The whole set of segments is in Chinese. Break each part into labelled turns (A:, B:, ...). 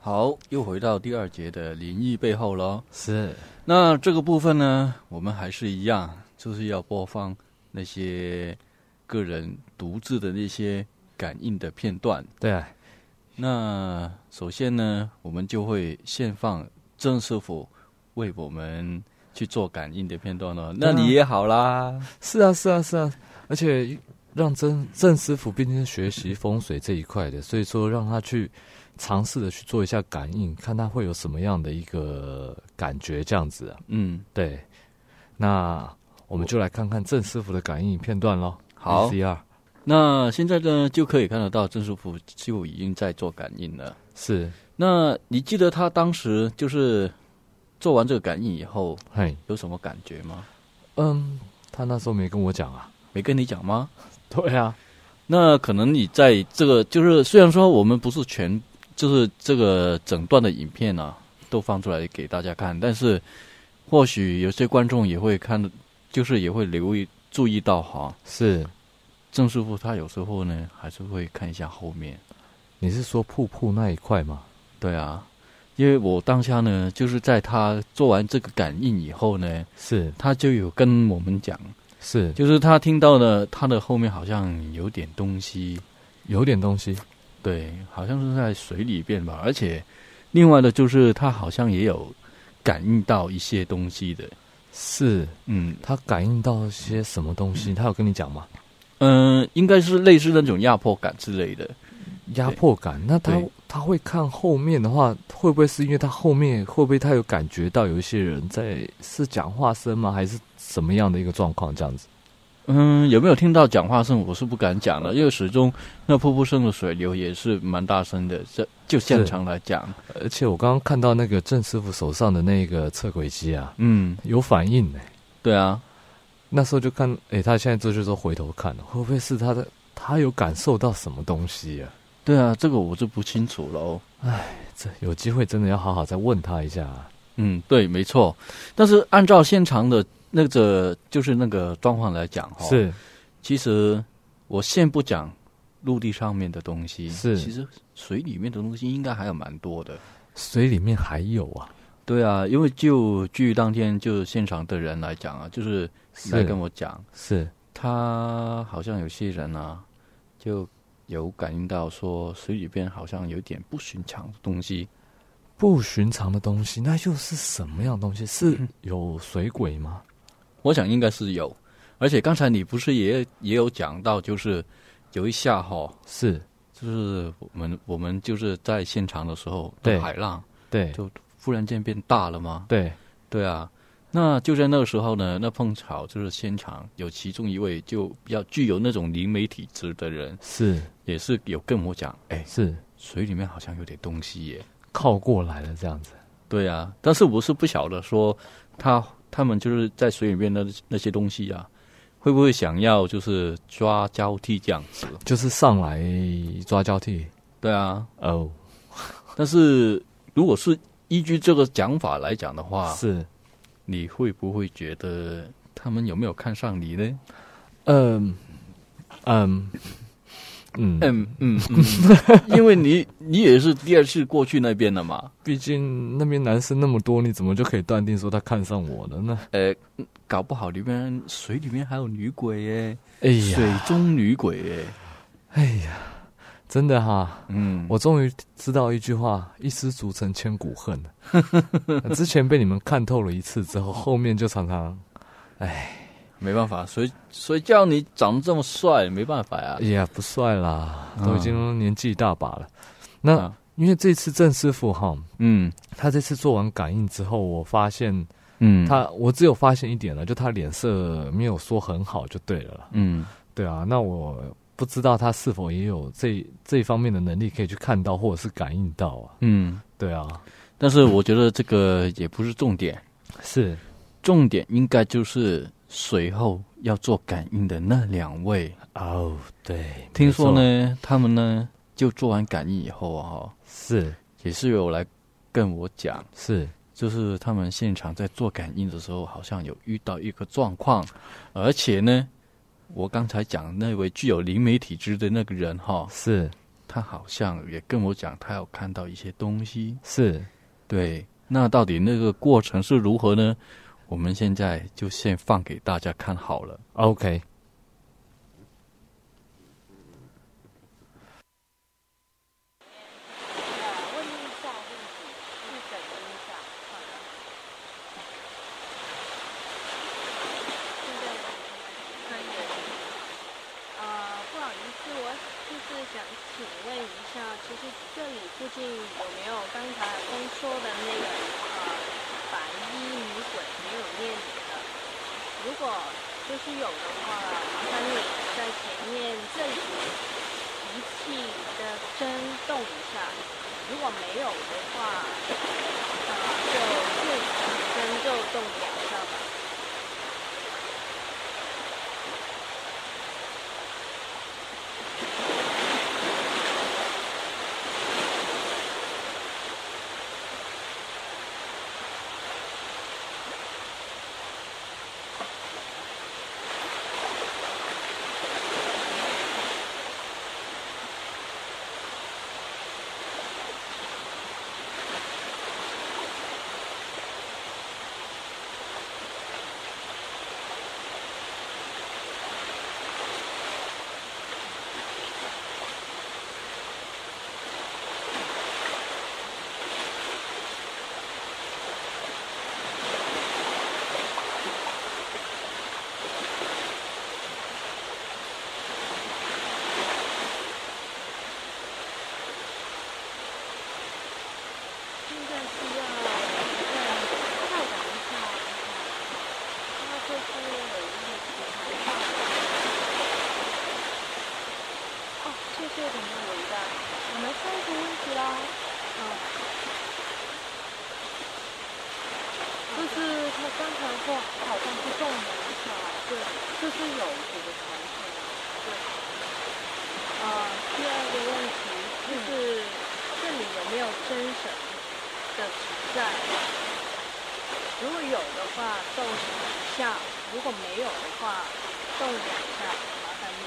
A: 好，又回到第二节的灵异背后喽。
B: 是
A: 那这个部分呢，我们还是一样，就是要播放那些个人独自的那些感应的片段。
B: 对啊，
A: 那首先呢，我们就会先放郑师傅为我们去做感应的片段了。那你也好啦，
B: 是啊，是啊，是啊，而且让郑郑师傅毕竟是学习风水这一块的，所以说让他去尝试的去做一下感应，看他会有什么样的一个感觉，这样子啊。
A: 嗯，
B: 对，那我们就来看看郑师傅的感应片段喽。
A: 嗯好
B: ，C 二
A: 那现在呢就可以看得到郑师傅就已经在做感应了。
B: 是，
A: 那你记得他当时就是做完这个感应以后
B: 嘿，
A: 有什么感觉吗？
B: 嗯，他那时候没跟我讲啊。
A: 没跟你讲吗？
B: 对啊，
A: 那可能你在这个就是虽然说我们不是全就是这个整段的影片啊都放出来给大家看，但是或许有些观众也会看，就是也会留意注意到哈，
B: 是，
A: 郑师傅他有时候呢还是会看一下后面。
B: 你是说瀑布那一块吗？
A: 对啊，因为我当下呢就是在他做完这个感应以后呢，
B: 是
A: 他就有跟我们讲，
B: 是，
A: 就是他听到呢他的后面好像有点东西。
B: 有点东西。
A: 对，好像是在水里边吧。而且，另外的就是他好像也有感应到一些东西的。
B: 是
A: 嗯
B: 他感应到一些什么东西？他有跟你讲吗？
A: 嗯、呃应该是类似那种压迫感之类的。
B: 压迫感。那他
A: 对
B: 他会看后面的话，会不会是因为他后面会不会他有感觉到有一些人在是讲话声吗？还是什么样的一个状况？这样子
A: 嗯，有没有听到讲话声？我是不敢讲的，因为始终那瀑布声的水流也是蛮大声的。这就现
B: 是
A: 场来讲，
B: 而且我刚刚看到那个郑师傅手上的那个测轨机啊，
A: 嗯，
B: 有反应呢、
A: 对啊，
B: 那时候就看，诶、他现在这就是说回头看，会不会是他的他有感受到什么东西啊？
A: 对啊，这个我就不清楚喽。
B: 这有机会真的要好好再问他一下、啊。
A: 嗯，对，没错。但是按照现场的那个就是那个状况来讲，哈，
B: 是
A: 其实我先不讲陆地上面的东西，
B: 是
A: 其实水里面的东西应该还有蛮多的。
B: 水里面还有啊，
A: 对啊，因为就据当天就现场的人来讲啊，就是来
B: 是
A: 跟我讲，
B: 是
A: 他好像有些人啊，就有感应到说水里边好像有点不寻常的东西。
B: 不寻常的东西，那又是什么样的东西？是有水鬼吗？
A: 我想应该是有，而且刚才你不是也也有讲到，就是有一下哈、
B: 是，
A: 就是我们我们就是在现场的时候，
B: 对
A: 海浪
B: 对
A: 就忽然间变大了吗？
B: 对，
A: 对啊，那就在那个时候呢，那碰巧就是现场有其中一位就比较具有那种灵媒体质的人，
B: 是
A: 也是有跟我讲，哎，
B: 是
A: 水里面好像有点东西耶。
B: 靠过来了这样子。
A: 对啊，但是我是不晓得说他他们就是在水里面的那些东西啊，会不会想要就是抓交替这样子？
B: 就是上来抓交替
A: 对啊，
B: 哦，
A: 但是如果是依据这个讲法来讲的话，
B: 是，
A: 你会不会觉得他们有没有看上你呢？
B: 嗯嗯嗯，
A: 嗯嗯，嗯， 因为你你也是第二次过去那边了嘛，
B: 毕竟那边男生那么多，你怎么就可以断定说他看上我了呢？
A: 呃，搞不好里面水里面还有女鬼耶，
B: 哎
A: 水
B: 呀，
A: 中女鬼耶，
B: 哎呀，真的哈，
A: 嗯，
B: 我终于知道一句话：一失足成千古恨。 之前被你们看透了一次之后，后面就常常，
A: 没办法，谁谁叫你长这么帅，没办法呀
B: 哎，呀，不帅啦，
A: 嗯
B: 都已经年纪一大把了。那
A: 啊
B: 因为这次郑师傅哈，
A: 嗯
B: 他这次做完感应之后，我发现
A: 嗯，
B: 他，我只有发现一点了，就他脸色没有说很好就对了啦。
A: 嗯
B: 对啊，那我不知道他是否也有这这一方面的能力可以去看到或者是感应到啊。
A: 嗯，
B: 对啊，
A: 但是我觉得这个也不是重点，
B: 是
A: 重点应该就是随后要做感应的那两位，
B: 哦，对，
A: 听说
B: 没错
A: 呢，他们呢就做完感应以后啊、哈
B: 是
A: 也是有来跟我讲。
B: 是
A: 就是他们现场在做感应的时候，好像有遇到一个状况，而哦且呢，我刚才讲那位具有灵媒体质的那个人哈，
B: 是
A: 他好像也跟我讲，他有看到一些东西。
B: 是
A: 对，那到底那个过程是如何呢？我们现在就先放给大家看好了。
B: OK。
C: 问一下日子，日本音响好吗？现在可以。呃，不好意思，我就是想请问一下，就是这里附近有没有刚才公说的那个呃白衣女鬼没有念你的？如果就是有的话，麻烦你在前面这里仪器的针动一下。如果没有的话，呃，就自己针就动两下吧。现在是要再再等一下，它就是有一个题材放的。哦，谢谢你们伟大，嗯我们开始问题啦。嗯，嗯就是他刚才说好像是动了一下，对，就是有这个传说，对。呃，第二个问题就是这里有没有真神的存在？如果有的话，动一下；如果没有的话，动两下。麻烦你。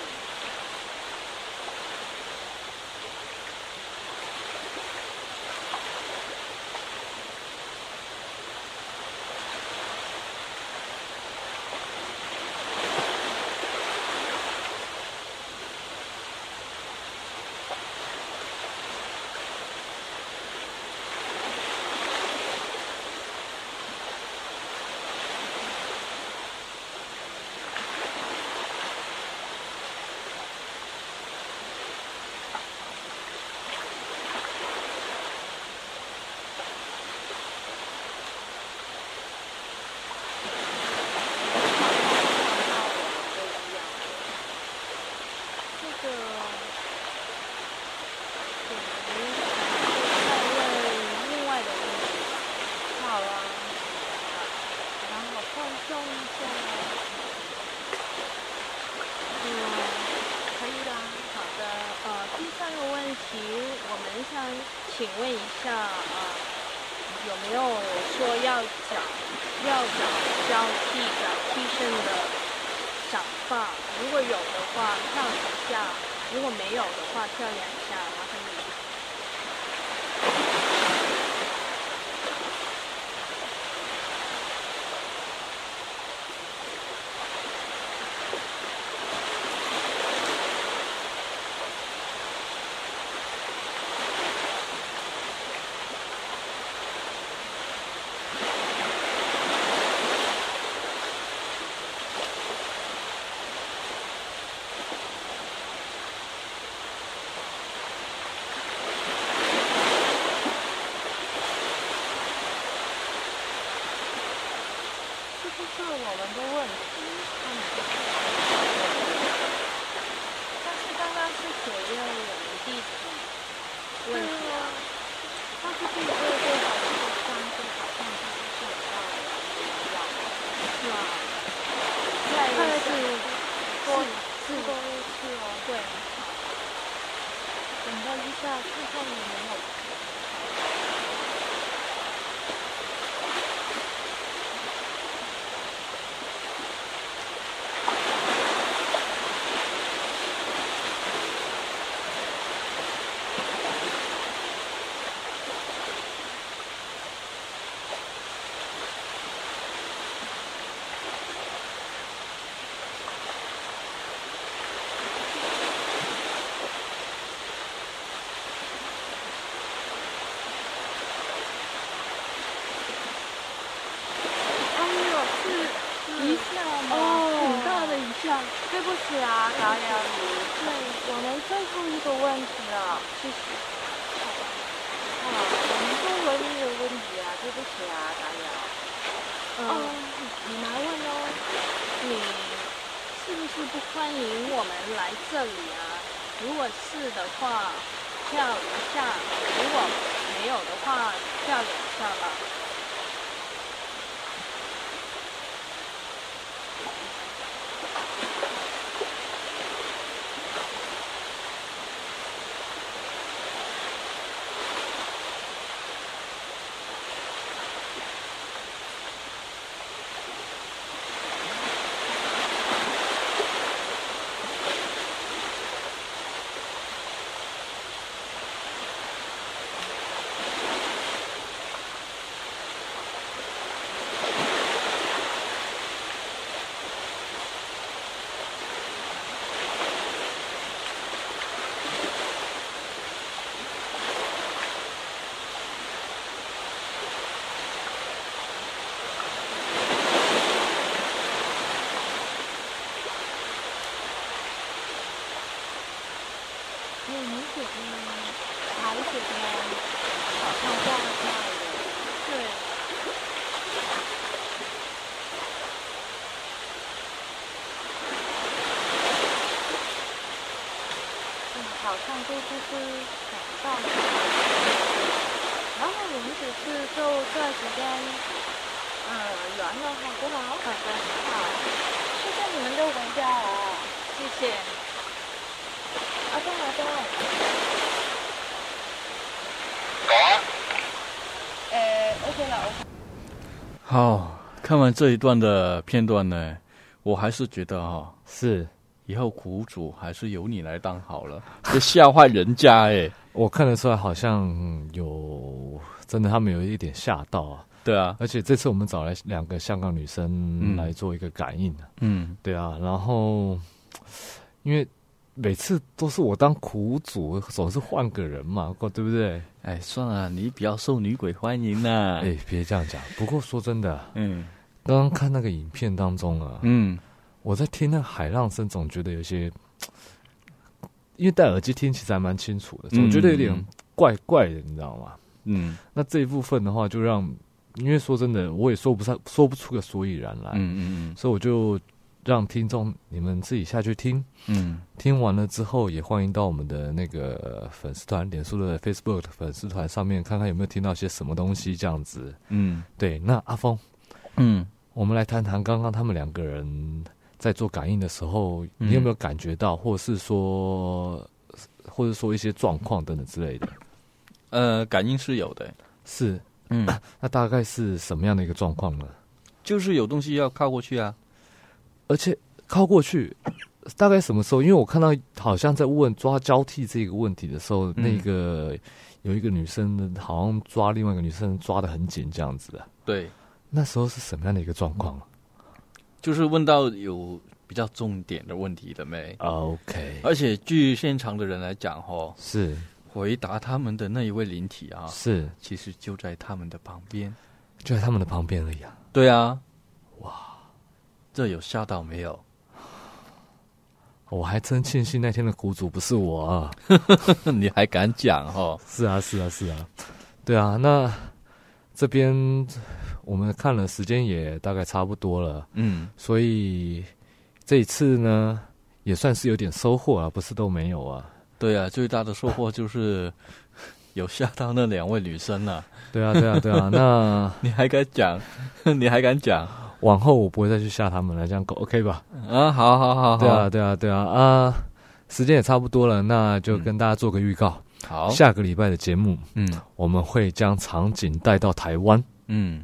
C: 这个，我们再问另外的问题吧。好啊，然后放松一下。嗯，可以啦。好的，呃，第三个问题，我们想请问一下，呃，有没有说要找要找交替的替身的？长发，如果有的话跳两下，如果没有的话跳两下，麻烦你。这就是我们的问题，看你的答案但是刚刚是写认我们弟弟问题啊，他是第一个对好这个三个好像就是受到了影响，是吧？再一个是多是多是哦，对。等到一下看看有没有。想，嗯对不起啊，导演，对我们最后一个问题了，谢谢。啊，我们最后一个问题啊，对不起啊，导演。嗯，你来问喽。你是不是不欢迎我们来这里啊？如果是的话，跳一下；如果没有的话，跳两下吧。因为你姐呢，还姐呢，好像忘掉了。对。嗯，好像对就是感到了。然后我们只是就这段时间，嗯，圆了好不好？好的，好。谢谢你们的回答哦。谢谢。阿东，阿东，
A: 好，看完这一段的片段呢，我还是觉得哈、
B: 是
A: 以后苦主还是由你来当好了，别吓坏人家哎。
B: 我看得出来，好像嗯有真的他们有一点吓到啊。
A: 对啊，
B: 而且这次我们找来两个香港女生
A: 嗯
B: 来做一个感应啊。
A: 嗯，
B: 对啊，然后因为每次都是我当苦主，总是换个人嘛，对不对？
A: 哎，算了，你比较受女鬼欢迎呐、
B: 哎，别这样讲。不过说真的，啊
A: 嗯
B: 刚刚看那个影片当中啊，
A: 嗯，
B: 我在听那海浪声，总觉得有些，因为戴耳机听其实还蛮清楚的，总觉得有
A: 嗯
B: 点怪怪的，你知道吗？
A: 嗯
B: 那这一部分的话，就让因为说真的，我也说不上，说不出个所以然来，
A: 嗯嗯
B: 所以我就让听众你们自己下去听。
A: 嗯
B: 听完了之后，也欢迎到我们的那个呃粉丝团、脸书的 Facebook 的粉丝团上面，看看有没有听到些什么东西这样子。
A: 嗯
B: 对，那阿峰，
A: 嗯
B: 我们来谈谈刚刚他们两个人在做感应的时候，
A: 嗯
B: 你有没有感觉到，或者是说，或者说一些状况等等之类的？
A: 嗯，呃，感应是有的，
B: 是，
A: 嗯，
B: 那大概是什么样的一个状况呢？
A: 就是有东西要靠过去啊。
B: 而且靠过去，大概什么时候？因为我看到好像在问抓交替这个问题的时候，
A: 嗯
B: 那个有一个女生好像抓另外一个女生抓的很紧这样子的。
A: 对，
B: 那时候是什么样的一个状况
A: 就是问到有比较重点的问题了没？
B: ？OK，
A: 而且据现场的人来讲哦，
B: 是
A: 回答他们的那一位灵体啊，
B: 是，
A: 其实就在他们的旁边。
B: 就在他们的旁边而已啊。
A: 对啊，哇，这有吓到没有？
B: 哦我还真庆幸那天的苦主不是我啊。
A: 你还敢讲哦？
B: 是啊，是啊，是啊，对啊。那这边我们看了时间也大概差不多了。
A: 嗯
B: 所以这一次呢，也算是有点收获啊，不是都没有啊。，
A: 对啊，最大的收获就是 有吓到那两位女生了、
B: 对啊，对啊，对 啊。那
A: 你还敢讲？ 你还敢讲
B: 往后我不会再去吓他们了，这样够 OK 吧？
A: 啊？好好 好好，
B: 对啊，，对啊，对啊啊！时间也差不多了，那就跟大家做个预告，
A: 嗯好，
B: 下个礼拜的节目
A: 嗯
B: 我们会将场景带到台湾，
A: 嗯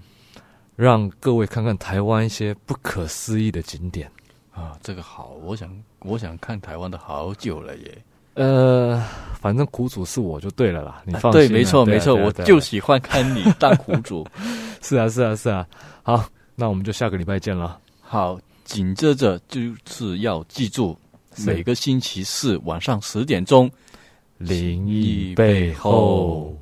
B: 让各位看看台湾一些不可思议的景点。
A: 啊，这个好，我想我想看台湾的好久了耶。
B: 呃，反正苦主是我就对了啦，你放心啊、
A: 对，没错
B: 对啊
A: 没错，
B: 对啊
A: 我
B: 对啊
A: 就喜欢看你当苦主。
B: 是啊，是啊，是啊。好，那我们就下个礼拜见了。
A: 好，紧接着就是要记住，
B: 是
A: 每个星期四晚上十点钟。
B: 灵异背后。